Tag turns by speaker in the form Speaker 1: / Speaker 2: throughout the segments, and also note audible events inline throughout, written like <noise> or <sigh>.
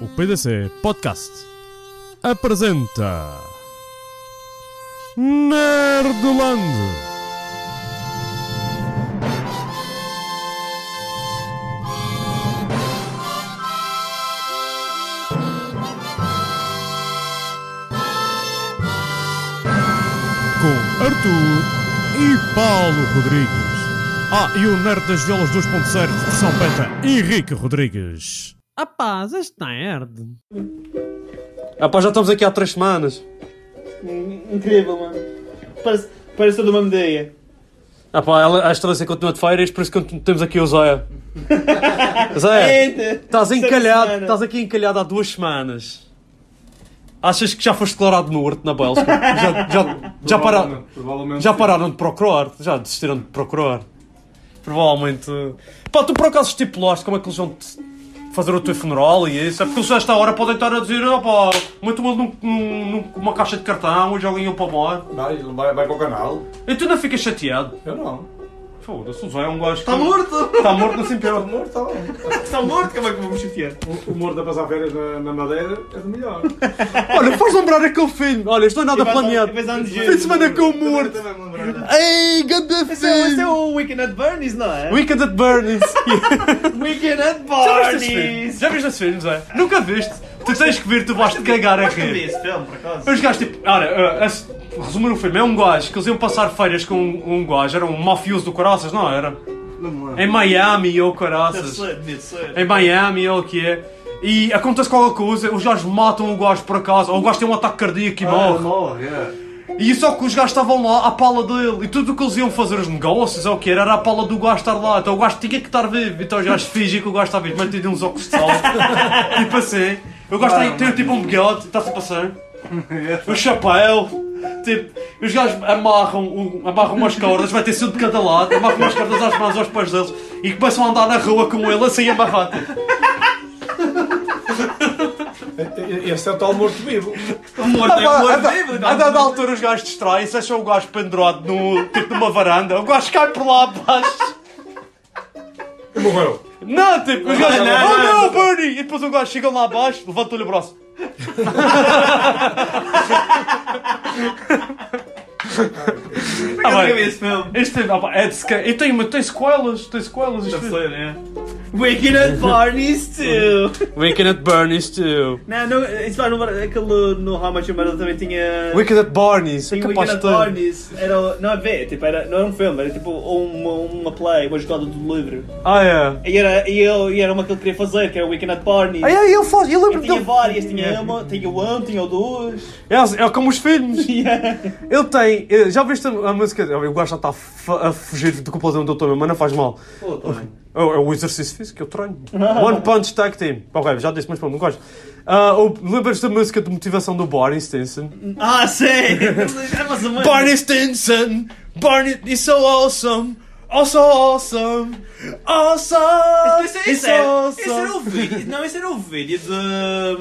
Speaker 1: O PDC Podcast apresenta Nerdland. Com Arthur e Paulo Rodrigues. Ah, e o Nerd das Violas 2.0 versão beta, Henrique Rodrigues.
Speaker 2: Rapaz, este nerd.
Speaker 3: Rapaz, Ah, já estamos aqui há três semanas.
Speaker 4: É Incrível, mano. Parece, parece toda uma medeia.
Speaker 3: Ah pá, ela, a Estrelinha continua de férias, por isso que temos aqui o Zé. Zé,
Speaker 4: Eita!
Speaker 3: estás
Speaker 4: Esta
Speaker 3: encalhado,
Speaker 4: semana.
Speaker 3: estás aqui encalhado há duas semanas. Achas que já foste declarado morto na Bélgica? Já, já, já, para,
Speaker 5: Provavelmente.
Speaker 3: já pararam de procurar, já desistiram de procurar. Provavelmente. Pá, tu por acaso estipulaste como é que eles vão te fazer o teu funeral e isso? É porque eles a esta hora podem estar a dizer, ah pá, mete-me num, num, num- numa caixa de cartão e joguem-o para o mar.
Speaker 5: Vai, ele vai, vai para o canal.
Speaker 3: E tu não ficas chateado?
Speaker 5: Eu não.
Speaker 3: Foda-se, o Zé é um gajo que...
Speaker 4: Está Tá morto!
Speaker 3: Está morto no Simpior.
Speaker 5: O Tá morto está bem.
Speaker 4: Está morto, como é que vamos chatear?
Speaker 5: O, o morto a passar férias na, na madeira é do melhor.
Speaker 3: Olha, faz lembrar aquele filme. Olha, isto não é nada
Speaker 4: E vai-
Speaker 3: planeado.
Speaker 4: e vai dar um
Speaker 3: Fim
Speaker 4: jeito.
Speaker 3: de semana com o morto.
Speaker 5: Também me lembrava.
Speaker 3: Ei, ganda
Speaker 4: Esse é, esse é
Speaker 3: filme.
Speaker 4: o Weekend at Bernie's, não é?
Speaker 3: Weekend at
Speaker 5: <laughs>
Speaker 3: Bernie's.
Speaker 4: Weekend at
Speaker 3: Já viste esse filme?
Speaker 4: Bernie's!
Speaker 3: Já viste esse filme, Zé? Nunca viste? Tu tens que ver, tu vais-te cagar a
Speaker 4: Acho que eu vi
Speaker 3: rir.
Speaker 4: esse filme, por acaso.
Speaker 3: Os gajos, tipo, olha, eh, esse- resumindo o filme, é um gajo que eles iam passar feiras com um, um gajo, era um mafioso do Caraças, não era?
Speaker 5: Não me lembro.
Speaker 3: Em Miami ou
Speaker 4: Deve
Speaker 3: Caraças.
Speaker 4: ser, devia ser.
Speaker 3: em Miami ou o que é. E acontece qualquer coisa, os gajos matam o gajo por acaso, ou o gajo tem um ataque cardíaco e
Speaker 5: Ah,
Speaker 3: morre.
Speaker 5: morre, é.
Speaker 3: E só que os gajos estavam lá à pala dele. E tudo o que eles iam fazer, os negócios ou o que era, era à pala do gajo estar lá. Então o gajo tinha que estar vivo. Então os gajos fingem que o gajo está vivo, mas tem uns óculos de sol. tipo assim. O gajo tem, tem tipo um bigode, está-se a passar. O chapéu. Tipo, os gajos amarram, o- amarram umas cordas, vai ter sido de cada lado, amarram umas cordas às mãos aos pés deles e começam a andar na rua com ele assim amarrado.
Speaker 5: E- e- Esse é o tal morto-vivo.
Speaker 3: Ah, pá, a da- A dada altura os gajos distraem-se, acham o um gajo pendurado no, tipo numa varanda, o gajo cai por lá abaixo.
Speaker 5: E morreu.
Speaker 3: Não, tipo, os
Speaker 4: Ah,
Speaker 3: gajos.
Speaker 5: não,
Speaker 3: oh
Speaker 5: não,
Speaker 3: não, Bernie! E depois o gajo chega lá abaixo, levanta-lhe o braço.
Speaker 4: Por acaso
Speaker 3: Ah,
Speaker 4: eu vi
Speaker 3: bem.
Speaker 4: esse filme.
Speaker 3: Este filme, ah pá, é de seca- E tem, tem sequelas, tem sequelas. Este
Speaker 4: Deve ser, é. Weekend at Bernie's <laughs> too!
Speaker 3: Wicked at Bernie's too.
Speaker 4: Não, não, isso vai no. Aquele no How Much Your Mother também tinha.
Speaker 3: Wicked at Barney's, é
Speaker 4: Tinha
Speaker 3: capaz de
Speaker 4: Weekend at
Speaker 3: ter.
Speaker 4: Bernie's. Era, não é ver, tipo, era, não era um filme, era tipo uma, uma play, uma jogada do livro.
Speaker 3: Ah, é.
Speaker 4: E era, e eu, e era uma que ele queria fazer, que era o Weekend at Bernie's.
Speaker 3: Ah, é, ele faz, eu
Speaker 4: Eu
Speaker 3: lembro-me
Speaker 4: tinha
Speaker 3: dele.
Speaker 4: várias, tinha uma, tinha um, tinha duas.
Speaker 3: É, é como os filmes.
Speaker 4: <laughs> Yeah.
Speaker 3: Ele tem. eh, Já viste a, a música? Eu gosto já está a, fu- a fugir do completamente do tema, mas não faz mal. É o é o exercício físico que eu
Speaker 4: <laughs>
Speaker 3: treino. One Punch Tag Team. Ok, já disse, mas pronto, não gosto. Ah, o- Lembras-te da música de motivação do Barney Stinson?
Speaker 4: Ah, sei! Era mais ou menos.
Speaker 3: Barney Stinson! Barney is so awesome! Also awesome! Awesome!
Speaker 4: Esse,
Speaker 3: is
Speaker 4: esse,
Speaker 3: so
Speaker 4: era,
Speaker 3: awesome.
Speaker 4: esse era o vídeo. Não, esse era o vídeo de.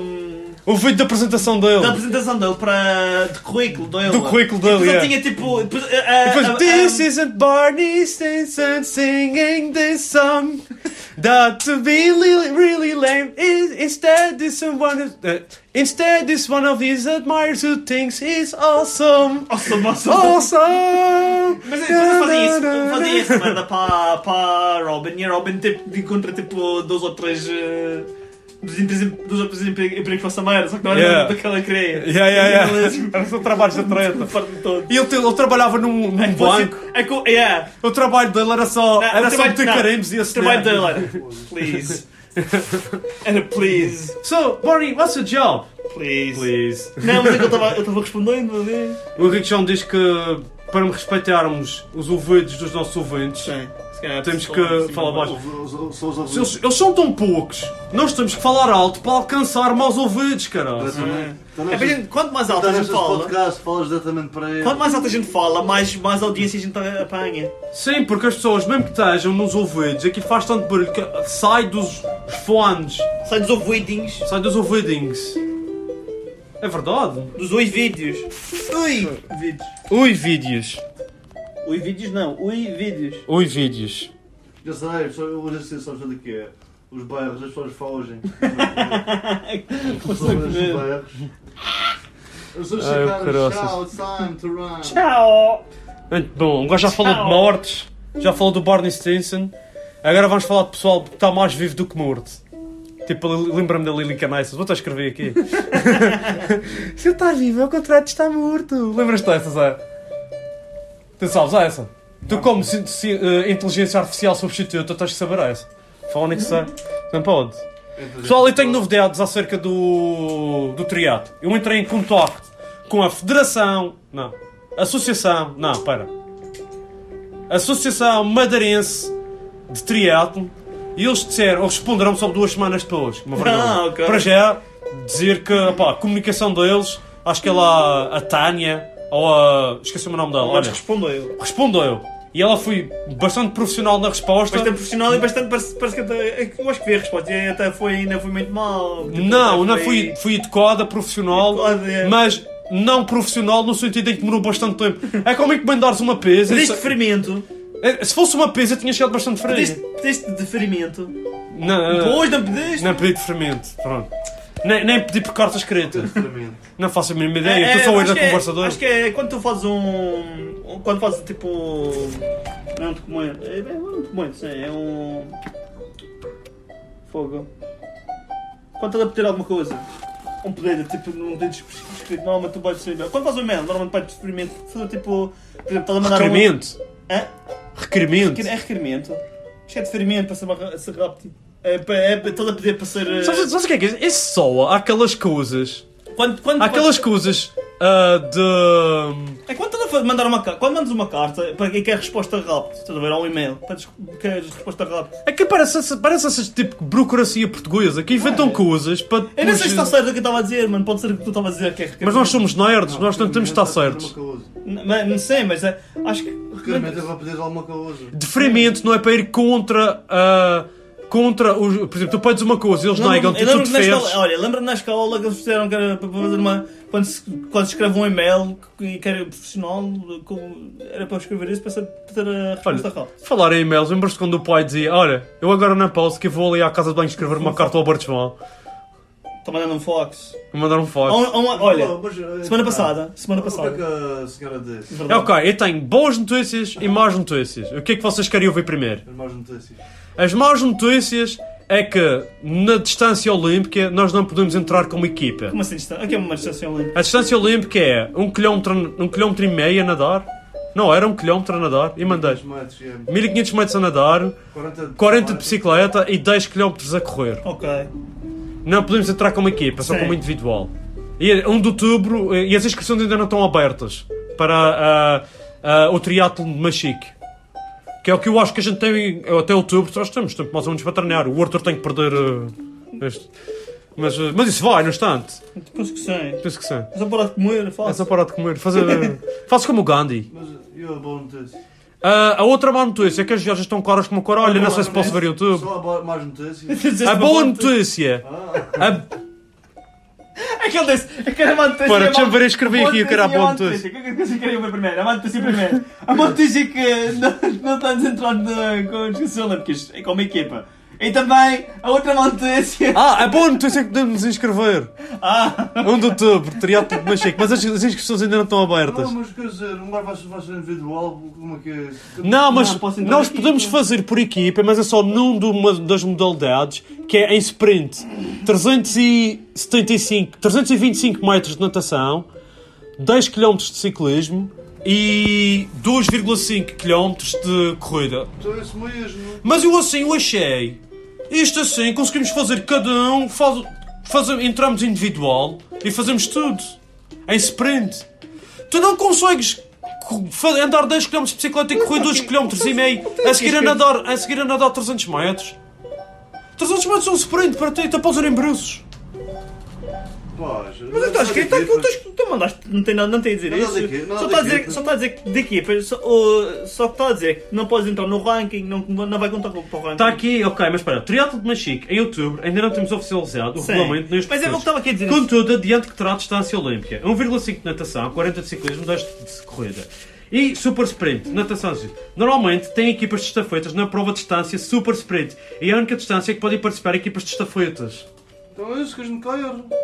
Speaker 4: hum,
Speaker 3: o vídeo da apresentação
Speaker 4: Da
Speaker 3: dele.
Speaker 4: apresentação dele para. de currículo dele.
Speaker 3: Do currículo dele,
Speaker 4: Depois ele
Speaker 3: yeah.
Speaker 4: tinha tipo. Depois, ah, ah,
Speaker 3: Depois,
Speaker 4: ah,
Speaker 3: This
Speaker 4: ah,
Speaker 3: isn't Barney Stinson singing this song. That to be really, really lame. Is, instead, this is one of uh, instead this one of his admirers who thinks he's awesome.
Speaker 4: Nossa, nossa, nossa.
Speaker 3: Awesome.
Speaker 4: Mas eles fazem isso, fazem isso merda para, para a Robin e a Robin tipo, encontra tipo dois ou três eh, dos, empregos- dos outros empre- empregos para essa merda, só que não era
Speaker 3: Yeah.
Speaker 4: daquela creia.
Speaker 3: Yeah, yeah, yeah.
Speaker 4: Aquele-
Speaker 3: Era só trabalhos
Speaker 4: <laughs>
Speaker 3: da treta.
Speaker 4: farto é assim, de todo.
Speaker 3: E ele, te- ele trabalhava num, num banco.
Speaker 4: É que, o- yeah.
Speaker 3: O trabalho dele era só,
Speaker 4: Não,
Speaker 3: era
Speaker 4: o
Speaker 3: Oh, só
Speaker 4: trabalho-
Speaker 3: meter
Speaker 4: não.
Speaker 3: carimbos e
Speaker 4: O trabalho
Speaker 3: assinar.
Speaker 4: dele era.
Speaker 3: <laughs>
Speaker 4: Please. Era please.
Speaker 3: So, Barney, what's your job?
Speaker 4: Please.
Speaker 3: Please.
Speaker 4: Não, mas é que eu estava eu tava respondendo ali.
Speaker 3: O Henrique João diz que para me respeitarmos os ouvidos dos nossos ouvintes, eh,
Speaker 4: Sim. Se calhar é assim,
Speaker 3: Temos
Speaker 4: só-
Speaker 3: que
Speaker 4: sim,
Speaker 3: falar
Speaker 4: não-
Speaker 3: baixo.
Speaker 5: São os ouvidos.
Speaker 3: se eles, eles são tão poucos, nós temos que falar alto para alcançar mais ouvidos, caralho.
Speaker 5: Também.
Speaker 3: assim
Speaker 4: É, mas gente, quanto mais alto a gente fala,
Speaker 5: podcast, falas diretamente para ele.
Speaker 4: quanto mais alto a gente fala, mais, mais audiência a gente apanha.
Speaker 3: Sim, porque as pessoas, mesmo que estejam nos ouvidos, aqui faz tanto barulho que sai dos fones,
Speaker 4: Sai dos ouvidinhos,
Speaker 3: sai dos ouvidinhos. É verdade?
Speaker 4: dos oi vídeos. Ui! Vídeos.
Speaker 3: Ui, vídeos.
Speaker 4: Oi vídeos não, oi vídeos.
Speaker 3: Ui, vídeos.
Speaker 5: Eu sei, só- eu hoje assim, sabes onde é que é? Os bairros, as pessoas
Speaker 3: <laughs>
Speaker 5: fogem. As pessoas nos bairros. As pessoas
Speaker 3: Ai,
Speaker 5: chegaram,
Speaker 3: caraças.
Speaker 5: tchau, it's time to run.
Speaker 4: Tchau!
Speaker 3: Muito bom, agora já falou de mortes, já falou do Barney Stinson, agora vamos falar de pessoal que está mais vivo do que morto. Tipo, a Lili- lembra-me da Lily Canaissas, vou-te a escrever aqui. Se ele está vivo, ao contrário de estar morto. Lembras-te dessa, Zé? Tu sabes essa? Tu, como ci- ci- eh, inteligência artificial substituta, tens que saber essa. Fala nisso, Zé. Não pode. Pessoal, eu tenho novidades acerca do, do triato. Eu entrei em contacto com a Federação. Não. Associação. Não, pera. Associação Madeirense de Triatlo. E eles disseram, ou responderam só duas semanas depois. Uma vergonha.
Speaker 4: Ah, ok.
Speaker 3: Para já, dizer que pá, a comunicação deles, acho que ela, a Tânia, ou a. esqueci o nome dela,
Speaker 4: Mas
Speaker 3: olha,
Speaker 4: respondo eu.
Speaker 3: respondeu. E ela foi bastante profissional na resposta.
Speaker 4: Bastante profissional e bastante parece, parece que até, eu acho que vi a resposta e até foi, não foi muito mal. Tipo,
Speaker 3: Não,
Speaker 4: até
Speaker 3: não fui, fui educada, profissional,
Speaker 4: Educada, é.
Speaker 3: mas não profissional no sentido em que demorou bastante tempo. É como encomendares uma pesa.
Speaker 4: Pediste
Speaker 3: Se,
Speaker 4: ferimento,
Speaker 3: se fosse uma pesa, tinha chegado bastante
Speaker 4: pediste,
Speaker 3: frio.
Speaker 4: pediste de ferimento.
Speaker 3: Não, eh,
Speaker 4: Pois não pediste?
Speaker 3: não pedi de fermento, pronto. Nem, nem pedi por carta escrita. Não faço a mínima ideia,
Speaker 4: É,
Speaker 3: tu
Speaker 4: é,
Speaker 3: só
Speaker 4: acho
Speaker 3: ouvir
Speaker 4: que
Speaker 3: da
Speaker 4: é-
Speaker 3: conversadora.
Speaker 4: Acho que é quando tu fazes um. um- Quando fazes tipo. Não é um documento. É, é um documento, sim. É um. Fogo. Quando estás a pedir alguma coisa. Um pedido, tipo, um pedido escrito, escrito, normalmente tu vais experimentar. Quando fazes um mail, normalmente vais experimento, fazer tipo. Por exemplo, estás a mandar. um-
Speaker 3: Requerimento.
Speaker 4: Hã?
Speaker 3: Requerimento.
Speaker 4: É requerimento. Isto é de ferimento para ser, barra- ser rápido. É, para- é, para- estás a pedir para ser. eh,
Speaker 3: Sabes, sabes o que é que é? É só aquelas coisas.
Speaker 4: Quando, quando,
Speaker 3: Há aquelas coisas ah, hum, de.
Speaker 4: É quando estás a mandar uma carta, quando mandas uma carta para quem quer resposta rápida, estás a ver? Há um e-mail, pedes queres resposta rápida.
Speaker 3: É que parece, parece esse tipo de burocracia portuguesa que inventam coisas para.
Speaker 4: É. Eu nem sei se
Speaker 3: depois-
Speaker 4: está certo o que eu estava a dizer, mano. Pode ser o que tu estava a dizer que é requerimento.
Speaker 3: Mas nós somos nerds, nós não temos de estar certos.
Speaker 4: N- mas Não sei, mas é, acho que.
Speaker 5: Claramente é para pedir alguma coisa.
Speaker 3: Deferimento não é para ir contra a. contra os. Por exemplo, tu pedes uma coisa e eles
Speaker 4: Lembro-me-
Speaker 3: negam-te e
Speaker 4: eu
Speaker 3: é tu
Speaker 4: lembro-me na escola-
Speaker 3: deferes.
Speaker 4: Olha, lembra-me na escola que eles fizeram que era para fazer uma. Quando se, quando se escreve um e-mail que, que era profissional, com- era para escrever isso para, ser, para ter a resposta
Speaker 3: Olha,
Speaker 4: rápida.
Speaker 3: falar em e-mails, lembras-te quando o pai dizia: Olha, eu agora não posso, que eu vou ali à casa de banho escrever uma carta ao Bartesmão.
Speaker 4: Está mandando um fax.
Speaker 3: Vou mandar um
Speaker 4: Há
Speaker 3: foto.
Speaker 4: um- há uma- olha,
Speaker 5: Oh, mas, eh,
Speaker 4: semana passada. Semana
Speaker 5: O que
Speaker 4: passada.
Speaker 5: é que a senhora disse?
Speaker 3: É ok, eu tenho boas notícias e más notícias. O que é que vocês querem ouvir primeiro?
Speaker 5: As más notícias.
Speaker 3: As más notícias é que na distância olímpica nós não podemos entrar como equipa.
Speaker 4: Como assim distância? Aqui é uma distância olímpica.
Speaker 3: A distância olímpica é um quilómetro, um quilómetro e meio a nadar. Não, era um quilómetro a nadar. E mandei.
Speaker 5: Os metros, é,
Speaker 3: 1500 metros a nadar,
Speaker 5: 40
Speaker 3: 40 de bicicleta e 10 quilómetros a correr.
Speaker 4: Ok.
Speaker 3: Não podemos entrar como equipa, só
Speaker 4: Sim.
Speaker 3: como individual. E 1 de outubro, e as inscrições ainda não estão abertas para ah, ah, o triatlo de Machique. Que é o que eu acho que a gente tem até outubro, nós temos tempo mais ou menos para treinar. O Arthur tem que perder ah, este. Mas, ah, mas isso vai, no instante.
Speaker 4: Penso que sim.
Speaker 3: Penso que sim.
Speaker 4: É só parar de comer,
Speaker 3: É
Speaker 4: fácil.
Speaker 3: só parar de comer. Fazer, ah, faço como o Gandhi.
Speaker 5: Mas e a boa notícia?
Speaker 3: Ah, a outra má notícia é que as gajas estão claras como a cor. Olha, não sei se posso ver YouTube.
Speaker 5: Só a boa, más notícia.
Speaker 3: A boa notícia. A-
Speaker 4: É que ele disse. É que era uma notícia.
Speaker 3: Para,
Speaker 4: é uma-
Speaker 3: deixa eu ver, escrevi
Speaker 4: é uma
Speaker 3: aqui o que era a
Speaker 4: notícia, é uma
Speaker 3: boa notícia.
Speaker 4: O que é que vocês queriam ver primeiro? A má notícia primeiro. <laughs> A má notícia que não, não estamos entrando na- com as olímpicas. né? É como equipa. E também a outra notícia.
Speaker 6: Ah, é bom, notícia que podemos nos inscrever. Ah! 1 de outubro, triatlo de Machico. Mas as, as inscrições ainda não estão abertas.
Speaker 5: Não, mas quer dizer, um agora vais, vais ver do álbum, como é que é?
Speaker 3: Hum?
Speaker 6: Não, mas
Speaker 4: Não, posso entrar
Speaker 6: nós
Speaker 4: na
Speaker 6: podemos
Speaker 4: equipa.
Speaker 6: fazer por equipa, mas é só num de uma das modalidades, que é em sprint. 375, 325 metros de natação, 10 km de ciclismo e 2,5 km de corrida.
Speaker 5: Então é isso mesmo.
Speaker 6: Mas eu assim o achei. Isto assim, conseguimos fazer cada um, faz, faz- entramos individual e fazemos tudo. Em sprint. Tu não consegues co- fa- andar 10 km de bicicleta e correr 2 km e meio a seguir a nadar, a seguir a nadar 300 metros. 300 metros são um sprint para ti, está a pousar em bruços.
Speaker 5: Pá, já- é
Speaker 4: Mas então, acho que tá- tu, tu, tu mandaste, não tem nada, não tem a dizer
Speaker 5: Nada
Speaker 4: isso.
Speaker 5: de quê?
Speaker 4: Só
Speaker 5: Nada de
Speaker 4: está a
Speaker 5: quê?
Speaker 4: dizer, só tá a dizer que de equipas, só, o- só que está a dizer que não podes entrar no ranking, não, não vai contar para o ranking.
Speaker 3: Está Tá aqui, ok, mas espera, triatlo de Machique, em outubro, ainda não temos oficializado o
Speaker 4: Sim.
Speaker 3: regulamento neste
Speaker 4: Mas é o que
Speaker 3: percurso.
Speaker 4: estava aqui a dizer.
Speaker 3: Contudo, adiante que terá distância olímpica. 1,5 de natação, 40 de ciclismo, 10 de corrida. E super sprint, natação. Normalmente tem equipas de estafetas na prova de distância super sprint. E é a única distância que podem participar equipas de estafetas.
Speaker 5: Então é isso que a gente quer.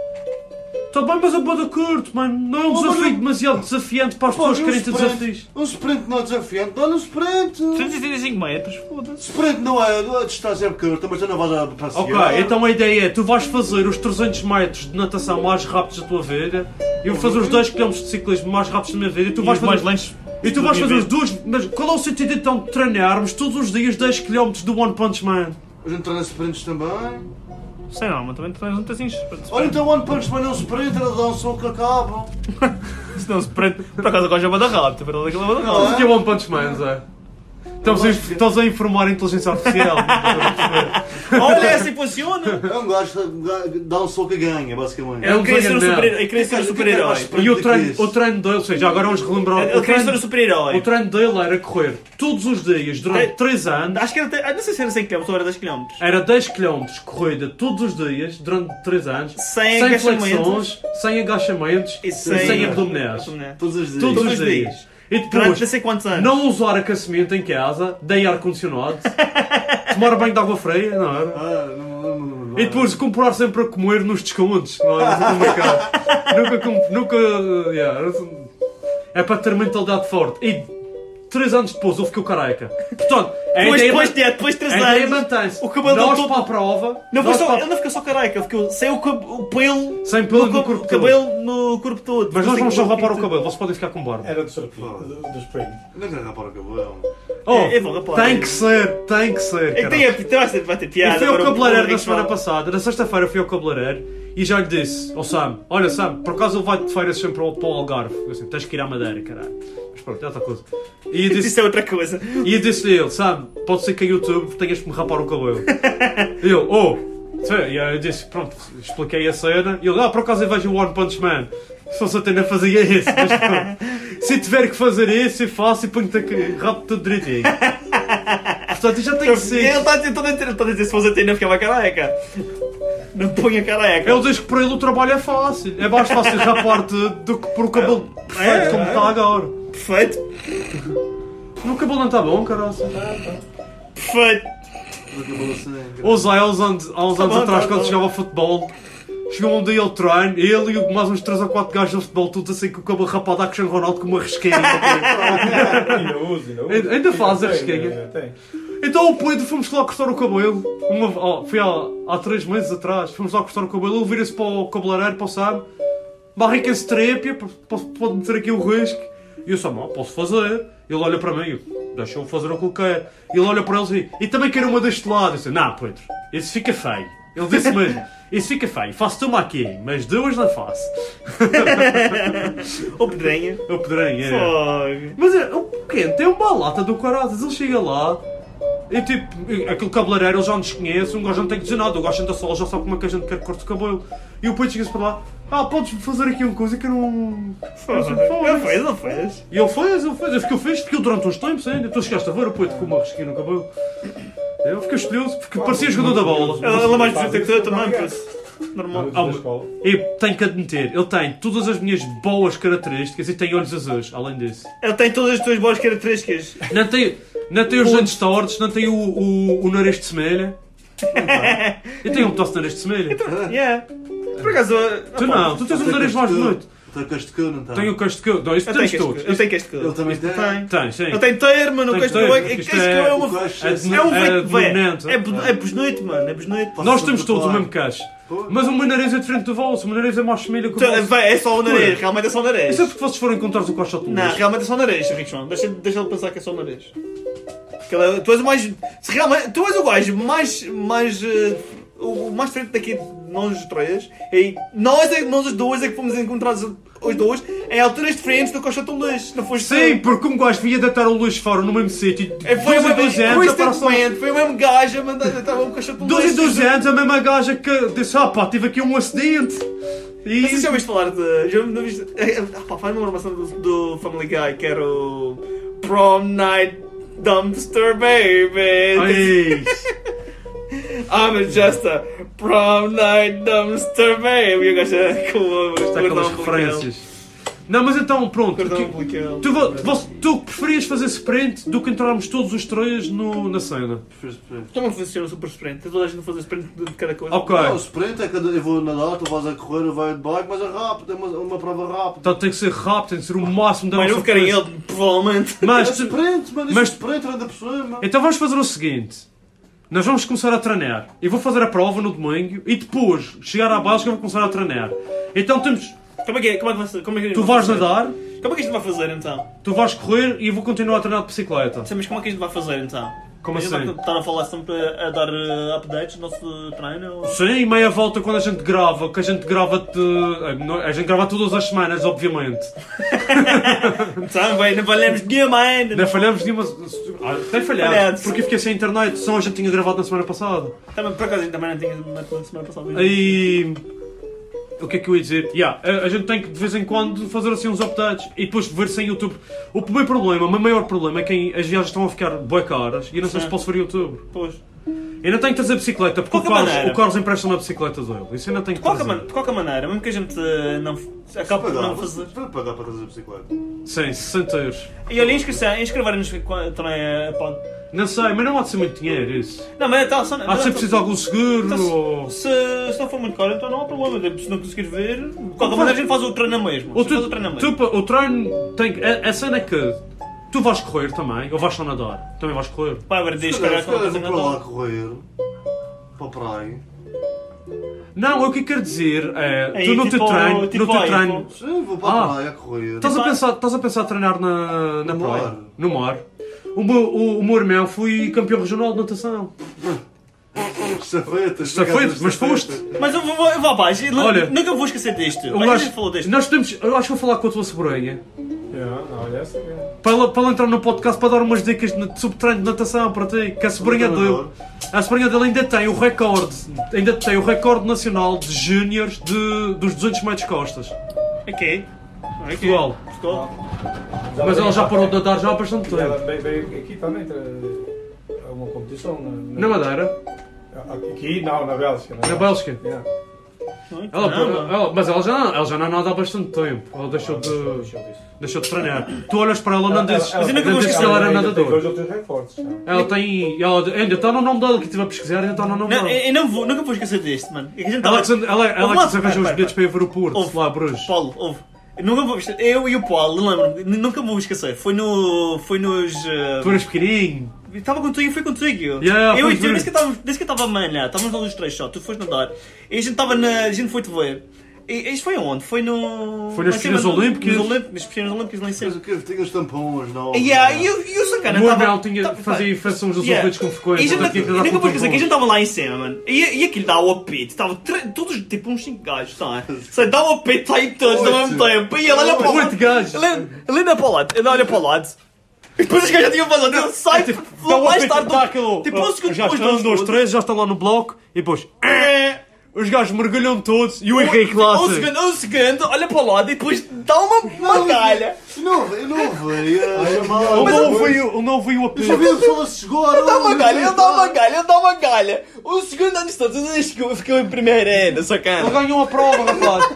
Speaker 3: Está bem, mas é um bode curto, mano. Não
Speaker 5: Oh,
Speaker 3: é um desafio demasiado desafiante para as
Speaker 5: Pá,
Speaker 3: pessoas que
Speaker 5: e um
Speaker 3: querem ter desafios.
Speaker 5: sprint, um sprint não é desafiante, olha um sprint!
Speaker 4: 335 metros, foda-se.
Speaker 5: Sprint não é, a distância é curta, mas tu não vais a passear.
Speaker 3: Ok, então a ideia é, tu vais fazer os 300 metros de natação mais rápidos da tua vida, eu vou fazer os 2 km de ciclismo mais rápidos da minha vida, e tu vais fazer... E tu vais fazer os dois... Mas qual é o sentido então de treinarmos todos os dias 10 km do One Punch Man?
Speaker 5: A gente treina sprints também.
Speaker 4: Sei não, mas também tens um tezinho.
Speaker 5: Olha então One Punch Man é um sprint, era dar um som que acaba.
Speaker 4: Se não se prende. Por acaso agora já manda rápido, para aquilo manda rápido.
Speaker 5: Ah,
Speaker 3: O que é One Punch Man, Zé? Estamos a, estamos a informar a inteligência
Speaker 4: <laughs>
Speaker 3: artificial.
Speaker 4: Olha, é assim funciona!
Speaker 5: É um gajo que dá um som que ganha, basicamente.
Speaker 3: É
Speaker 4: Ele queria ser um
Speaker 3: ganhador.
Speaker 4: super-herói. Ele queria ser um
Speaker 5: Mas o que é que é
Speaker 4: super-herói.
Speaker 5: mais-
Speaker 3: e o treino, o treino dele, ou seja, agora vamos relembrar...
Speaker 4: Ele
Speaker 3: o
Speaker 4: queria ser um
Speaker 3: treino, o
Speaker 4: super-herói.
Speaker 3: treino dele era correr todos os dias durante
Speaker 4: Tre-
Speaker 3: 3 anos...
Speaker 4: Acho que era. até- ah, Não sei se era 100 km ou era 10 km.
Speaker 3: Era 10 km corrida todos os dias, durante 3 anos,
Speaker 4: Sem agachamentos.
Speaker 3: flexões, sem agachamentos
Speaker 4: E é
Speaker 3: e
Speaker 4: sem-
Speaker 3: sem, abdominais.
Speaker 5: Todos os dias.
Speaker 3: Todos
Speaker 4: Todos
Speaker 3: os
Speaker 4: os
Speaker 3: dias. E
Speaker 4: Durante não
Speaker 3: depois,
Speaker 4: sei quantos anos.
Speaker 3: não usar aquecimento em casa, dei
Speaker 4: <laughs>
Speaker 3: ar-condicionado, tomar banho de água fria, não era?
Speaker 5: Ah, não, não, não, não.
Speaker 3: E depois comprar sempre a comer nos descontos, não era? No
Speaker 4: <laughs>
Speaker 3: mercado. nunca, comp- nunca, yeah, era assim. é para ter mentalidade forte. E 3 anos depois eu fiquei careca. Portanto, a
Speaker 4: Depois,
Speaker 3: ideia,
Speaker 4: depois, de, depois de 3
Speaker 3: a ideia
Speaker 4: anos.
Speaker 3: mantém-se.
Speaker 4: O cabelo
Speaker 3: Nós
Speaker 4: todo-
Speaker 3: para a prova,
Speaker 4: é Não foi
Speaker 3: nós
Speaker 4: só,
Speaker 3: para a
Speaker 4: ele não ficou só careca, ele ficou sem o, cab- o pelo.
Speaker 3: Sem pelo no
Speaker 4: cab-
Speaker 3: corpo
Speaker 4: cabelo no corpo todo.
Speaker 3: Mas
Speaker 4: Não
Speaker 3: nós
Speaker 4: sei
Speaker 3: vamos só
Speaker 4: como- é
Speaker 3: rapar o cabelo, vocês podem ficar com barba.
Speaker 7: Era do sorteio, do, do spring.
Speaker 5: Não quero rapar o cabelo.
Speaker 4: Oh, eu vou rapar.
Speaker 3: tem que ser, tem que ser.
Speaker 4: É que tem
Speaker 3: caralho.
Speaker 4: a então vai ter- vai ter
Speaker 3: Eu
Speaker 4: piada. um
Speaker 3: fui ao
Speaker 4: agora o-
Speaker 3: cabeleireiro
Speaker 4: o
Speaker 3: na
Speaker 4: Rick
Speaker 3: semana
Speaker 4: fala.
Speaker 3: passada, na sexta-feira fui ao cabeleireiro e já lhe disse ao Sam: Olha, Sam, por acaso ele vai de férias sempre ao- para o Algarve. Eu assim, tens que ir à Madeira, caralho. Mas pronto, é outra coisa. E eu
Speaker 4: <laughs> Isso
Speaker 3: disse-
Speaker 4: é outra coisa.
Speaker 3: e eu disse-lhe: ele, Sam, pode ser que em YouTube tenhas que me rapar o cabelo. E ele, oh. E eu disse, pronto, expliquei a cena. E ele, ah, por acaso eu vejo o One Punch Man. Se fosse até não fazia isso. Mas,
Speaker 4: <laughs>
Speaker 3: pronto. se tiver que fazer isso, eu faço e ponho-te aqui, rapo tudo
Speaker 4: <laughs>
Speaker 3: direitinho. Portanto, já tem que
Speaker 4: Ele
Speaker 3: ser.
Speaker 4: está a dizer, está a dizer, está a dizer se né? fosse a Tina ficava é careca. Não ponha careca.
Speaker 3: Ele diz que para ele o trabalho é fácil. É mais fácil rapar tudo do que por o cabelo
Speaker 4: É,
Speaker 3: perfeito como está agora.
Speaker 4: Perfeito,
Speaker 3: No cabelo não está bom, caralho.
Speaker 4: perfeito.
Speaker 5: O cabelo assim.
Speaker 3: Ou Zé, há uns anos, há uns anos
Speaker 4: bom,
Speaker 3: atrás,
Speaker 4: tá
Speaker 3: quando
Speaker 4: bom.
Speaker 3: jogava futebol, chegou um dia ele treino, ele e mais uns 3 ou 4 gajos do futebol, todos assim com o cabelo rapado à Cristiano Ronaldo com uma risquinha.
Speaker 4: <laughs>
Speaker 7: Ainda uso, ainda uso.
Speaker 3: Ainda- ainda faz a
Speaker 7: Tem,
Speaker 3: risquinha.
Speaker 4: é.
Speaker 7: ainda tem.
Speaker 3: então o Pedro fomos lá cortar o cabelo. Uma, ó, foi há, há 3 meses atrás, fomos lá cortar o cabelo, ele vira-se para o cabeleireiro, para o Sam, barrica-se trépia, p- p- pode meter aqui o risco. E eu só, não, posso fazer. Ele olha para mim, eu, deixa eu fazer o que eu quero. Ele olha para eles e e também quero uma deste lado. Eu disse, não, Pedro, isso fica feio. Ele disse mesmo, isso fica feio, faço-te uma aqui, mas duas não faço.
Speaker 4: Ô pedrinha.
Speaker 3: Eu pedrei, é.
Speaker 4: Fogo.
Speaker 3: Mas é, o pequeno tem uma lata do caraças, ele chega lá e tipo, e- aquele cabeleireiro ele já nos conhece, um gajo não tem que dizer nada, o gajo anda só, ele já sabe como é que a gente quer que corte o cabelo. E o Pedro chega-se para lá, ah, podes fazer aqui uma coisa que eu não.
Speaker 4: Não fez, não fez.
Speaker 3: E ele fez, ele fez, eu fiquei feliz porque eu durante uns tempos ainda, tu chegaste a ver o Pedro com uma risquinha no cabelo. Eu fiquei estudioso porque parecia jogador da bola.
Speaker 4: Ela é mais dizia que eu também, por isso. Normal.
Speaker 7: Uso
Speaker 3: Ah,
Speaker 7: da escola.
Speaker 3: E tenho que admitir, ele tem todas as minhas boas características e tem olhos azuis, além disso.
Speaker 4: Ele tem todas as tuas boas características. <laughs>
Speaker 3: Não tem, não tem os dentes tortos, não tem o, o, o nariz de semelha. Eu tenho um tosse de nariz de semelha.
Speaker 4: Então, Yeah. Por acaso.
Speaker 3: Tu não, tu tens um nariz mais bonito.
Speaker 5: Está com este cão, não está?
Speaker 3: Tenho o queixo de que. Não, isso
Speaker 4: Eu tenho
Speaker 3: tens
Speaker 4: que
Speaker 3: todos.
Speaker 4: Eu tenho que este que
Speaker 5: Ele também tem.
Speaker 4: Tem.
Speaker 3: Tens, sim.
Speaker 4: Eu tenho termo, não
Speaker 3: Tem
Speaker 4: queijo
Speaker 3: termo,
Speaker 4: é que
Speaker 3: isto
Speaker 4: que
Speaker 3: é-
Speaker 4: é uma.
Speaker 5: O gajo-
Speaker 4: É um fake
Speaker 3: dominante.
Speaker 4: velho. É bu- É busnoito, mano. É busnoito.
Speaker 3: Nós temos todos o mesmo queixo.
Speaker 5: Pô.
Speaker 3: Mas o meu nariz é diferente do vosso. O meu nariz é mais semelha que o
Speaker 4: Então,
Speaker 3: vosso.
Speaker 4: vai, É só o nariz. Realmente é só o nariz.
Speaker 3: Isso é porque vocês foram encontrar o caixote de
Speaker 4: Não,
Speaker 3: luz.
Speaker 4: realmente é só o nariz, Rick João. Deixa, deixa ele pensar que é só o nariz. Porque ele é- tu és o mais. Se realmente, tu és o gajo mais. mais eh, o o mais diferente daqui de nós os três. E nós, é- nós os dois é que fomos encontrados os dois em alturas diferentes do Costa Luz. Não foste
Speaker 3: Sim, porque um gajo vinha deitar o luz fora no mesmo sítio.
Speaker 4: É, foi,
Speaker 3: dois
Speaker 4: uma,
Speaker 3: em dois anos, aparece lá-
Speaker 4: coincidentemente, foi o mesmo gajo a mandar estava um Costa Luz.
Speaker 3: Dois em dois anos, a mesma gaja que disse: Ah pá, tive aqui um acidente. E.
Speaker 4: Não sei se já ouviste falar de. Já me ouviste. eh, eh, Ah, pá, faz-me uma informação do, do Family Guy que era o. Prom Night Dumpster Baby.
Speaker 3: Ai,
Speaker 4: I'm just a prom night dumpster baby. Eu gosto de- com
Speaker 3: Está aquelas
Speaker 4: é.
Speaker 3: referências. Não, mas então, pronto.
Speaker 4: Cordão
Speaker 3: que-
Speaker 4: umbilical.
Speaker 3: Tu, vo- vo- tu preferias fazer sprint do que entrarmos todos os três no, na cena?
Speaker 4: Como é que funciona o super sprint? Toda a gente fazer sprint de de cada coisa.
Speaker 3: Ok.
Speaker 5: Não, o sprint é que eu vou nadar, tu vais a correr, eu vou de bike, mas é rápido, é uma, uma prova rápida.
Speaker 3: Então tem que ser rápido, tem que ser o máximo da
Speaker 4: Mas
Speaker 3: nossa
Speaker 4: não ficarem
Speaker 3: força.
Speaker 4: ele, provavelmente.
Speaker 3: Mas
Speaker 5: Mas
Speaker 3: tu-
Speaker 5: sprint, mano, isso
Speaker 3: mas-
Speaker 5: mas... sprint era da pessoa,
Speaker 4: é
Speaker 5: mano.
Speaker 3: Então vamos fazer o seguinte. Nós vamos começar a treinar. Eu vou fazer a prova no domingo e depois, chegar à base, que eu vou começar a treinar. Então temos...
Speaker 4: <laughs> Como é que é? Como é que vai ser? Como é que
Speaker 3: Tu
Speaker 4: vai
Speaker 3: vais
Speaker 4: fazer?
Speaker 3: nadar,
Speaker 4: Como é que isto vai fazer então?
Speaker 3: tu vais correr e eu vou continuar a treinar de bicicleta.
Speaker 4: Sim, mas como é que isto vai fazer então?
Speaker 3: Como
Speaker 4: a gente
Speaker 3: assim?
Speaker 4: Vai estar a falar sempre a dar eh, updates no nosso treino? ou-
Speaker 3: Sim, e meia volta quando a gente grava, que a gente grava de... eh, é? A gente grava todas as semanas, obviamente.
Speaker 4: Então, bem, não valemos nenhuma ainda.
Speaker 3: Não falhamos nenhuma. Ah, tem falhado.
Speaker 4: Falhado.
Speaker 3: Porque fiquei sem internet, só a gente tinha gravado na semana passada.
Speaker 4: Também, por acaso, também não tinha na semana passada.
Speaker 3: E. O que é que eu ia dizer? Yeah, a, a gente tem que de vez em quando fazer assim uns updates e depois ver sem YouTube. O primeiro problema, o meu maior problema é que as viagens estão a ficar boi caras e eu não sei se
Speaker 4: Sim.
Speaker 3: posso ver YouTube.
Speaker 4: Pois.
Speaker 3: Ainda tenho que trazer bicicleta porque o
Speaker 4: Qualquer
Speaker 3: Carlos,
Speaker 4: maneira.
Speaker 3: o Carlos empresta-me a bicicleta dele. Isso ainda tenho que
Speaker 4: De qualquer,
Speaker 3: trazer.
Speaker 4: man- de qualquer maneira, mesmo que a gente eh, não f- acabe por não fazer.
Speaker 5: Para pagar para trazer a bicicleta.
Speaker 3: Sim, 60 euros.
Speaker 4: E olha, inscrição, inscreverem-nos qua- também eh, pode.
Speaker 3: Não sei, mas não há de ser muito dinheiro isso.
Speaker 4: Não, mas então, só,
Speaker 3: Há de ser Ah, preciso de algum seguro
Speaker 4: então, se-
Speaker 3: ou.
Speaker 4: se, se não for muito caro, então não há problema. tipo, Se não conseguires ver, de qualquer maneira a gente faz o treino mesmo.
Speaker 3: Ou
Speaker 4: A gente faz
Speaker 3: tu,
Speaker 4: é o treino mesmo.
Speaker 3: tu, pa- o treino tem que- a, a cena é que tu vais correr também, ou vais só nadar, também vais correr.
Speaker 4: Pá, agora diz,
Speaker 5: Se
Speaker 4: caralho,
Speaker 5: calhar
Speaker 4: que não fazem
Speaker 5: vou para lá
Speaker 4: nada.
Speaker 5: correr, para a praia.
Speaker 3: Não, o que eu quero dizer é,
Speaker 4: Aí,
Speaker 3: tu no
Speaker 4: tipo,
Speaker 3: teu treino,
Speaker 4: tipo
Speaker 3: no teu
Speaker 4: aí,
Speaker 3: treino,
Speaker 4: pô. Tipo,
Speaker 5: Sim, vou para
Speaker 3: Ah.
Speaker 5: a praia correr.
Speaker 3: estás a
Speaker 4: Vai.
Speaker 3: pensar, estás a pensar em treinar na, na
Speaker 5: No
Speaker 3: praia,
Speaker 5: mar.
Speaker 3: no mar. O meu, o, o meu irmão foi campeão regional de natação.
Speaker 5: Estafetas.
Speaker 3: Já foi, mas foste.
Speaker 4: então. Mas eu vou, vou, eu vou abaixo, e nu-
Speaker 3: Olha,
Speaker 4: nunca vou esquecer disto.
Speaker 3: Eu
Speaker 4: Mas a
Speaker 3: acho,
Speaker 4: gente falou disto.
Speaker 3: nós temos, eu acho que vou falar com a tua sobrinha,
Speaker 8: Yeah, olha essa cara.
Speaker 3: para ela, para ela entrar no podcast para dar umas dicas de de subtreino de natação para ti, que a sobrinha dele,
Speaker 5: treinador.
Speaker 3: a sobrinha dele ainda tem o recorde, ainda tem o recorde nacional de júniores de- dos 200 metros costas.
Speaker 4: Ok. Ok.
Speaker 3: Portugal.
Speaker 4: Portugal.
Speaker 3: Mas ela já parou de nadar já há bastante
Speaker 8: Ela
Speaker 3: tempo.
Speaker 8: veio- veio aqui também. tra- É uma competição. Na,
Speaker 3: Na Madeira,
Speaker 8: Aqui não, na Bélgica. né? É.
Speaker 3: na Bélgica.
Speaker 8: Yeah.
Speaker 4: é
Speaker 3: Ela,
Speaker 4: Caramba.
Speaker 3: ela- mas ela já, ela já não nada há bastante tempo. Ela deixou de,
Speaker 8: Deixa eu ver.
Speaker 3: deixou de treinar. Tu olhas para ela não dizes,
Speaker 8: Ela-
Speaker 4: ainda que
Speaker 3: não
Speaker 4: eu
Speaker 3: dizes
Speaker 4: esqueci,
Speaker 3: que ela era
Speaker 8: ainda Tem dois
Speaker 3: nadadora.
Speaker 8: outros recordes. não.
Speaker 3: Ela tem. Ela, ainda está no nome dela, que estive a pesquisar, ainda está no nome
Speaker 4: Não, eu,
Speaker 3: dela.
Speaker 4: eu não vou, nunca vou esquecer disto, mano. É que a gente
Speaker 3: Ela,
Speaker 4: tava-
Speaker 3: que se- ela, ela
Speaker 4: Ouve
Speaker 3: que
Speaker 4: lá,
Speaker 3: se arranjou os
Speaker 4: pera,
Speaker 3: bilhetes
Speaker 4: pera,
Speaker 3: para ir ver o Porto,
Speaker 4: Ouve.
Speaker 3: lá, Bruges.
Speaker 4: Paulo, ouve. Nunca vou esquecer. Eu e o Paulo, lembro-me, nunca vou esquecer. Foi no. Foi nos. eh,
Speaker 3: Tu eras pequenininho.
Speaker 4: Estava contigo e foi contigo.
Speaker 3: Yeah,
Speaker 4: eu
Speaker 3: foi
Speaker 4: e tu,
Speaker 3: ver.
Speaker 4: desde que estávamos- desde que eu estava a malhar, estávamos nós os três só, tu foste nadar. E a gente estava na. A gente foi-te ver. E isto foi onde? Foi no.
Speaker 3: Foi nas
Speaker 4: lá em
Speaker 3: piscinas
Speaker 4: cima, no-
Speaker 3: olímpicas? é.
Speaker 4: Nos Olímp- nas piscinas olímpicas lá em
Speaker 5: Mas
Speaker 4: cima.
Speaker 5: o que tinha os tampões, não.
Speaker 4: Yeah, e, eu- e o sacana
Speaker 3: O meu
Speaker 4: tava-
Speaker 3: irmão tinha-
Speaker 4: tava-
Speaker 3: fazia infecções dos ouvidos com frequência,
Speaker 4: E a gente,
Speaker 3: portanto, tinha que
Speaker 4: eu
Speaker 3: andar
Speaker 4: nunca
Speaker 3: com
Speaker 4: vou esquecer que a
Speaker 3: tampões.
Speaker 4: gente estava lá em cima, mano. E, e aquilo dá o apito, estava tre- todos tipo uns 5 gajos, tá? Sei, dá o apito, saem todos ao mesmo tempo. E ele olha para o lado.
Speaker 3: Oito gajos.
Speaker 4: Ele, ele anda para o lado, ele olha para o lado. E depois os gajos já tinham vazado, ele sai, tipo,
Speaker 3: Dá um
Speaker 4: mais
Speaker 3: apito,
Speaker 4: tarde.
Speaker 3: dá aquele-
Speaker 4: Tipo, um segundo
Speaker 3: já
Speaker 4: depois É.
Speaker 3: estão,
Speaker 4: dão-se
Speaker 3: dois,
Speaker 4: tudo.
Speaker 3: três, já estão lá no bloco e depois. "Eh", Os gajos mergulham todos e o Henrique lá.
Speaker 4: Um
Speaker 3: assim.
Speaker 4: segundo, um segundo, olha para o lado e depois dá uma, uma calha.
Speaker 5: Não, eu não veio a chamada.
Speaker 3: Ele não
Speaker 5: Eu
Speaker 3: veio, ele não veio a
Speaker 5: já vi a pessoa se chegou a
Speaker 4: Dá uma galha, eu dá uma galha, eu dá uma galha. O segundo ano de todos, eu acho que eu fiquei em primeiro ainda, sacana. <laughs>
Speaker 3: Ganhou a prova, rapaz.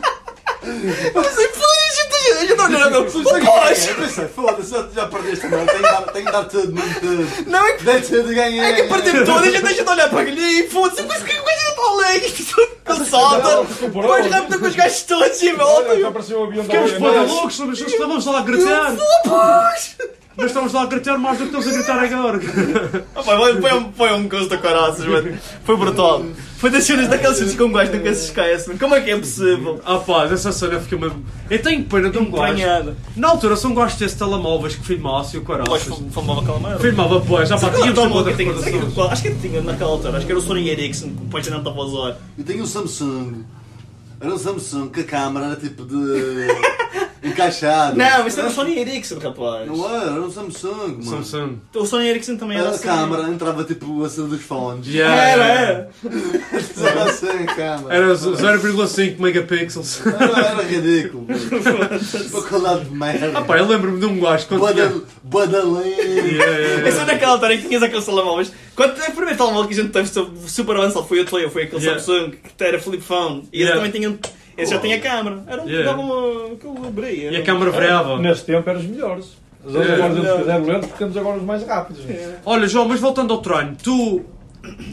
Speaker 4: Eu sempre falei, gente, gente, eu não olhar para ele. Oh, pois!
Speaker 5: Pensei, foda-se, já- já perdeste, mano. Tenho que dar- tenho que dar-te muito.
Speaker 4: Não <laughs> é que.
Speaker 5: Deixa de ganhar.
Speaker 4: É que a partir de todas já deixa de olhar para ele e foda-se, mas que coisa está alegre, <laughs> ele salta, depois rapta com os gajos todos e volta. e eu-
Speaker 8: pareceu um avião da
Speaker 3: Ficamos
Speaker 8: Ryanair.
Speaker 3: para loucos, nós estávamos lá a gritar. Nós estamos lá a gritar mais do que estamos a gritar agora.
Speaker 4: Ah, pá, Foi, foi, um, foi um gozo da caraças, mano. Foi brutal. Foi das cenas daquelas cenas que um gajo nunca se esquece. mano. Como é que é possível?
Speaker 3: Ah pá, essa cena fica mesmo. Eu tenho pena de um gajo.
Speaker 4: Apanhada.
Speaker 3: Na altura, se um gajo desse telemóveis que filmasse o caralho.
Speaker 4: Mas fumava aquela merda.
Speaker 3: Filmava, pois, já pá,
Speaker 4: Tinha um
Speaker 3: tínhamos uma
Speaker 4: telemóvel
Speaker 3: de
Speaker 4: que tinha- será que-
Speaker 3: recordações.
Speaker 4: qual- Acho que tinha naquela altura, acho que era o Sony Ericsson que o pai não estava a usar.
Speaker 5: Eu tenho um Samsung. Era um Samsung que a câmera era tipo de. <laughs> encaixada.
Speaker 4: Não, mas era o Sony Ericsson, rapaz. Então,
Speaker 5: Não era, era um Samsung, mano.
Speaker 3: Samsung.
Speaker 4: O Sony Ericsson também era
Speaker 5: A
Speaker 4: assim.
Speaker 5: câmera entrava tipo a cena dos fones.
Speaker 3: Yeah,
Speaker 4: Era,
Speaker 3: yeah.
Speaker 4: era.
Speaker 5: Era assim a câmera.
Speaker 3: Era 0,5 megapixels. <laughs>
Speaker 5: Era, era ridículo. Para colar de merda.
Speaker 3: Ah pá, eu lembro-me de um gajo quando tinha... eh,
Speaker 5: Badal- Badalinho.
Speaker 3: Yeah, yeah, yeah.
Speaker 4: Essa naquela altura em que tinhas aqueles telemóveis. Quando a primeira telemóvel que a gente teve sobre- super avançado foi o Tleo, foi aquele
Speaker 3: Yeah.
Speaker 4: Samsung que era flip phone. E
Speaker 3: Yeah. Oh.
Speaker 4: esse também tinha. Esse já tinha câmera. Era um
Speaker 3: Yeah.
Speaker 4: dava uma. que eu abri, era
Speaker 3: E a
Speaker 4: um-
Speaker 3: câmara variava.
Speaker 8: Nesse tempo eram os melhores. Os outros
Speaker 3: É.
Speaker 8: agora temos que é lentos porque temos agora os mais rápidos. É.
Speaker 3: Olha, João, mas voltando ao treino, tu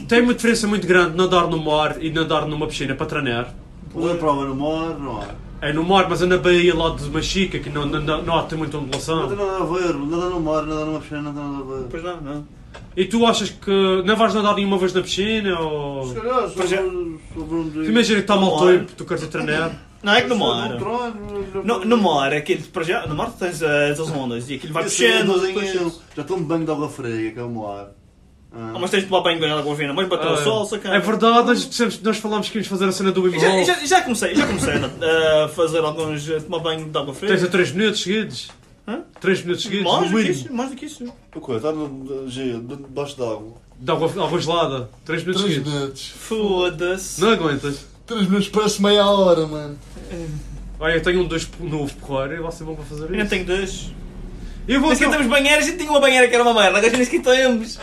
Speaker 3: tem uma diferença muito grande nadar no mar e nadar numa piscina para treinar.
Speaker 5: Pula é prova no mar, não há.
Speaker 3: É no mar, mas é na Bahia lá de Machica, que não, não, não, não tem muita
Speaker 5: Não tem
Speaker 3: ondulação.
Speaker 5: nada a ver, nada no mar, nada numa piscina, nada nada a ver.
Speaker 4: Pois não, não.
Speaker 3: E tu achas que não vais nadar nenhuma vez na piscina? Ou...
Speaker 5: calhar, sobre,
Speaker 4: já-
Speaker 5: sobre um dia.
Speaker 3: Tu Imagina que está mau
Speaker 4: No mar.
Speaker 3: tempo, tu queres ir
Speaker 4: <laughs>
Speaker 3: treinar.
Speaker 4: Não é que no
Speaker 5: Sobre um
Speaker 4: mar.
Speaker 5: trono,
Speaker 4: No, no mar, aquele, para já, no mar tu tens as, as ondas e aquilo vai
Speaker 5: Esse é
Speaker 4: puxando.
Speaker 5: dozinho,
Speaker 4: depois-
Speaker 5: Já estou um banho de água fria, que é o mar. Ah.
Speaker 4: Ah, mas tens de lá para enganar alguma vina, mas bateu o sol, sacana.
Speaker 3: é verdade, Oh. nós, dissemos- nós falámos que íamos fazer a cena do
Speaker 4: E Já,
Speaker 3: Wim Hof.
Speaker 4: já, já comecei, já comecei eh, a a fazer alguns. a tomar banho de água fria.
Speaker 3: Tens a 3 minutos seguidos.
Speaker 4: Hã?
Speaker 3: 3 minutos seguidos,
Speaker 4: mais
Speaker 3: no
Speaker 4: do que
Speaker 3: mínimo.
Speaker 4: isso, mais do que isso.
Speaker 5: O quê? Está no- G, debaixo
Speaker 4: Tipo,
Speaker 5: d'água.
Speaker 3: De água, água gelada. 3 minutos seguidos.
Speaker 5: minutos.
Speaker 4: Foda-se.
Speaker 3: Não aguentas.
Speaker 5: 3 minutos parece meia hora, mano.
Speaker 3: Olha, eu tenho um dois novo porreiro e vocês vão para fazer
Speaker 4: Ainda
Speaker 3: isso.
Speaker 4: tenho dois.
Speaker 3: Eu vou
Speaker 4: Nem sequer
Speaker 3: então-
Speaker 4: temos banheiras, a gente tinha uma banheira que era uma merda, agora já nem sequer temos.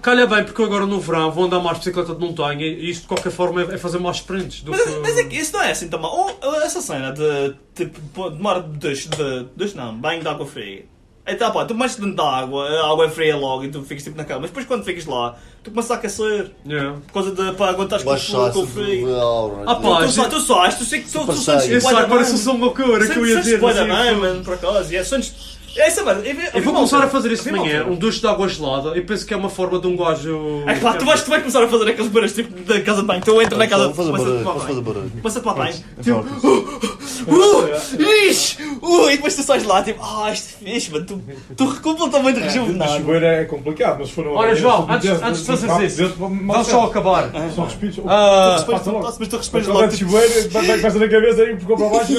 Speaker 3: Calha bem, porque eu agora no verão vou andar mais de bicicleta de montanha e isto de qualquer forma é é fazer mais sprints do que.
Speaker 4: Mas, mas é que isso não é assim tão mal. Ou ou essa cena de tipo, pô, demora dois, de, dois não, banho de água fria. Então pá, tu mais dentro da água, a água é fria logo e tu ficas tipo na cama. Mas depois quando ficas lá, tu começas a aquecer.
Speaker 3: Yeah.
Speaker 4: Por causa de, para aguentares com o flu- com
Speaker 5: Baixaste
Speaker 4: o frio.
Speaker 5: de aura.
Speaker 3: Ah, pá.
Speaker 4: Tu,
Speaker 3: Gente-
Speaker 4: tu, tu sais, tu sei que tu, tu sentes
Speaker 5: Super
Speaker 3: Esse
Speaker 4: bué da
Speaker 3: ar parece o
Speaker 4: bem.
Speaker 3: som do cor, é que eu ia
Speaker 4: Sentes-
Speaker 3: dizer.
Speaker 4: sentes bué da
Speaker 3: assim.
Speaker 4: bem, mano, por acaso. Yeah, sentes... Essa, mano, eu,
Speaker 3: Eu vou começar a fazer isso de manhã, um ducho de água gelada, e penso que é uma forma de um gajo.
Speaker 4: É claro, tu vais, tu vais começar a fazer aqueles barulhos tipo da casa de banho. Tu entra na casa
Speaker 5: Vou fazer
Speaker 4: começa a
Speaker 5: barulho,
Speaker 4: tomar
Speaker 5: vou fazer
Speaker 4: banho.
Speaker 5: barulho.
Speaker 4: Começa a tomar banho. Tipo, <gasps> uh, ixi, uh, e depois tu sais lá, tipo, ah, isto é fixe, mano, tu, tu completamente
Speaker 8: De
Speaker 4: rejuvenado.
Speaker 8: chuveiro é complicado, mas se for numa
Speaker 3: Olha,
Speaker 8: banheira,
Speaker 3: João,
Speaker 8: se
Speaker 3: antes-
Speaker 8: dentro-
Speaker 3: antes de fazeres
Speaker 8: dentro do carro,
Speaker 3: isso, um
Speaker 8: dentro, uma- uma
Speaker 3: Vamos só
Speaker 8: cena.
Speaker 3: acabar.
Speaker 8: Só respires.
Speaker 4: Tu
Speaker 8: Ah,
Speaker 4: respeitas-
Speaker 8: passa logo.
Speaker 4: Mas tu respeitas
Speaker 8: Mas
Speaker 4: logo,
Speaker 8: logo de
Speaker 4: tipo,
Speaker 8: chuveiro, vai vai passar na cabeça e ficou
Speaker 3: <laughs>
Speaker 8: para baixo.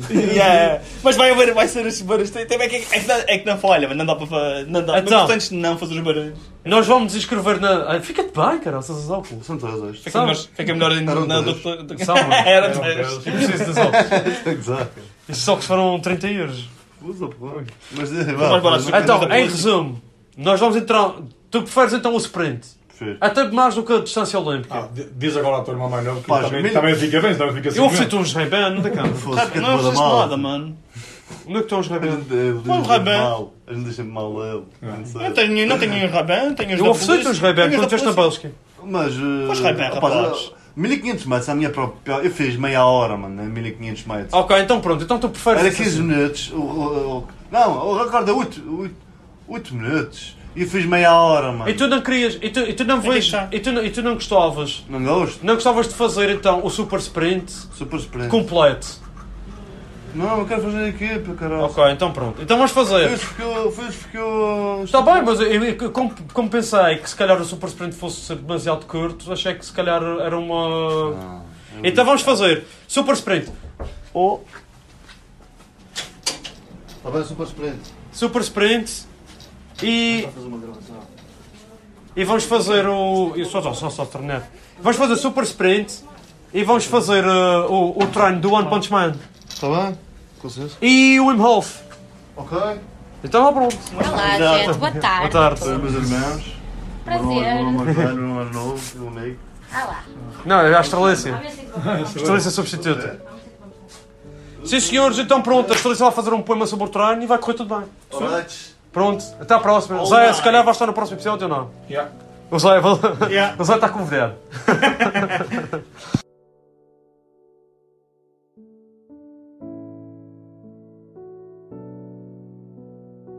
Speaker 4: <laughs> yeah. Mas vai haver, vai ser os barulhos. Tem, tem, é, que, é, que não, é que não falha, mas não dá para fa- não dá.
Speaker 3: Então.
Speaker 4: Então. Mas não fazer os barulhos.
Speaker 3: Nós vamos escrever na. Ah, Fica-te bem, cara, essas óculos.
Speaker 5: São é? três hoje.
Speaker 4: Fica melhor,
Speaker 3: Sabes?
Speaker 4: fica é melhor em-
Speaker 8: um
Speaker 5: Eram
Speaker 4: na
Speaker 5: dois.
Speaker 4: do- do que
Speaker 3: São, mano.
Speaker 4: <laughs> Era um
Speaker 8: É
Speaker 3: Eram
Speaker 4: dois.
Speaker 3: dois. Eu preciso das <laughs> óculos.
Speaker 5: Exato.
Speaker 3: Estes óculos foram 30 euros.
Speaker 5: Usa, porra. Mas
Speaker 4: mais barato.
Speaker 5: é
Speaker 3: Então, em resumo, nós vamos entrar. Tu preferes então o sprint? Até mais do que a distância olímpica.
Speaker 8: Ah, d- Diz agora à tua irmã mais nova que
Speaker 5: Pá,
Speaker 8: também,
Speaker 5: mesmo-
Speaker 8: também fica bem, senão fica assim.
Speaker 3: Eu ofereci-te uns Ray-Ban é da cama.
Speaker 4: Não fizeste nada, mano.
Speaker 3: Onde é que estão os
Speaker 5: A
Speaker 3: Ray-Ban?
Speaker 5: gente eh,
Speaker 4: Vamos
Speaker 5: deixa
Speaker 4: lá,
Speaker 5: de
Speaker 4: bem.
Speaker 5: mal. A gente deixa de mal ele. Não
Speaker 4: Não
Speaker 5: sei.
Speaker 4: Ah. tenho, não tenho
Speaker 8: É.
Speaker 4: nenhum rabão, tenho os
Speaker 3: Eu
Speaker 4: da
Speaker 3: ofereci-te
Speaker 4: polícia.
Speaker 3: uns Ray-Ban
Speaker 4: Tenho
Speaker 3: quando
Speaker 4: os da
Speaker 3: estiveste na
Speaker 4: polícia.
Speaker 3: Bélgica.
Speaker 5: Mas. eh,
Speaker 4: Pois vai bem,
Speaker 5: opa,
Speaker 4: rapaz.
Speaker 5: 1500 metros, a minha própria. Eu fiz meia hora, mano, né? em 1500 metros.
Speaker 3: Ok, então pronto, então tu preferes.
Speaker 5: Era
Speaker 3: essa
Speaker 5: 15 minutos. O, o- o- não, o recorde é 8, 8, minutos. E eu fiz meia hora, mano.
Speaker 3: E tu não querias, e tu, e tu não vês,
Speaker 4: está.
Speaker 3: e tu, não- e tu não gostavas,
Speaker 5: Não gosto?
Speaker 3: não gostavas de fazer então o super sprint
Speaker 5: Super experiente.
Speaker 3: completo.
Speaker 5: Não, eu quero fazer a equipa, caralho.
Speaker 3: Ok, então pronto. Então vamos fazer.
Speaker 5: Fez porque eu. Fez porque eu.
Speaker 3: Está bem, mas eu, eu- como, como pensei que se calhar o super sprint fosse ser demasiado curto, achei que se calhar era uma. Então vamos fazer super sprint,
Speaker 5: Está bem, super experiente.
Speaker 3: super sprint e
Speaker 5: Fazer uma gravação.
Speaker 3: e vamos fazer o eu só só só, só treinar. Vamos fazer super sprint e vamos fazer uh, o, o treino do One Punch Man
Speaker 5: Está bem? Com licença.
Speaker 3: e o Wim Hof.
Speaker 5: Ok.
Speaker 3: Então vá pronto.
Speaker 1: Olá, gente. Boa tarde.
Speaker 3: Boa tarde.
Speaker 5: Para os meus irmãos.
Speaker 1: Prazer.
Speaker 5: O meu mais velho, o meu mais novo, o meu amigo.
Speaker 1: Olá.
Speaker 3: Não, é a Australécia.
Speaker 1: Olha, assim que vou falar.
Speaker 3: Australécia substituta. Sim, senhores, então pronto, a Estrela vai fazer um poema sobre o Torano e vai correr tudo bem.
Speaker 5: Alright.
Speaker 3: Pronto, até à próxima. Zé, se calhar vai estar no próximo episódio ou não?
Speaker 8: Yeah.
Speaker 3: O Zé, vai-
Speaker 4: Yeah.
Speaker 3: <laughs> o Zé está convidado.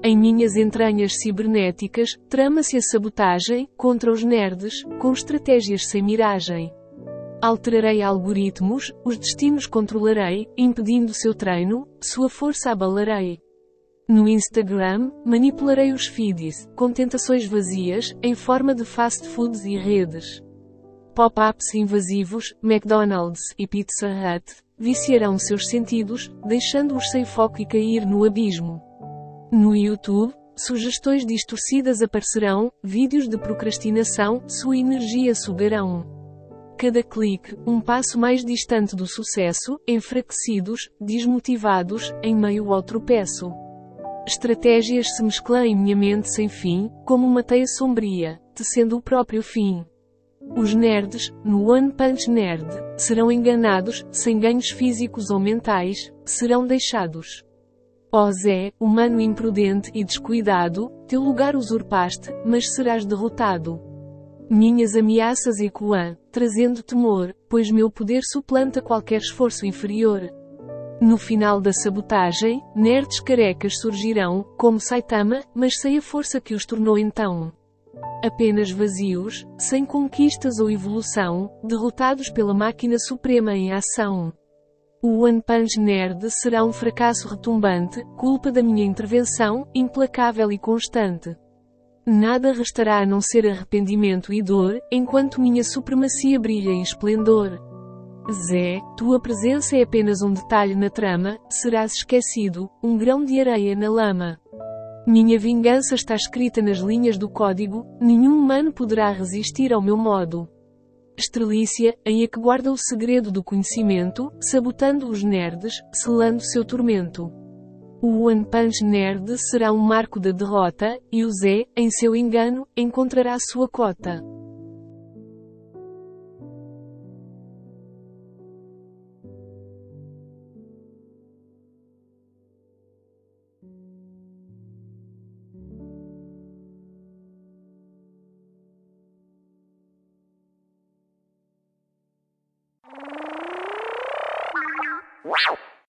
Speaker 9: Em minhas entranhas cibernéticas, trama-se a sabotagem contra os nerds, com estratégias sem miragem. Alterarei algoritmos, os destinos controlarei, impedindo seu treino, sua força abalarei. No Instagram, manipularei os feeds, com tentações vazias, em forma de fast foods e redes. Pop-ups invasivos, McDonald's e Pizza Hut, viciarão seus sentidos, deixando-os sem foco e cair no abismo. No YouTube, sugestões distorcidas aparecerão, vídeos de procrastinação, sua energia sugarão. Cada clique, um passo mais distante do sucesso, enfraquecidos, desmotivados, em meio ao tropeço. Estratégias se mesclam em minha mente sem fim, como uma teia sombria, tecendo o próprio fim. Os nerds, no One Punch Nerd, serão enganados, sem ganhos físicos ou mentais, serão deixados. Ó Zé, é, humano imprudente e descuidado, teu lugar usurpaste, mas serás derrotado. Minhas ameaças ecoam, trazendo temor, pois meu poder suplanta qualquer esforço inferior. No final da sabotagem, nerds carecas surgirão, como Saitama, mas sem a força que os tornou então. Apenas vazios, sem conquistas ou evolução, derrotados pela máquina suprema em ação. O One Punch Nerd será um fracasso retumbante, culpa da minha intervenção, implacável e constante. Nada restará a não ser arrependimento e dor, enquanto minha supremacia brilha em esplendor. Zé, tua presença é apenas um detalhe na trama, serás esquecido, um grão de areia na lama. Minha vingança está escrita nas linhas do código, nenhum humano poderá resistir ao meu modo. Estrelícia, aí é que guarda o segredo do conhecimento, sabotando os nerds, selando seu tormento. O One Punch Nerd será um marco da derrota, e o Zé, em seu engano, encontrará sua cota.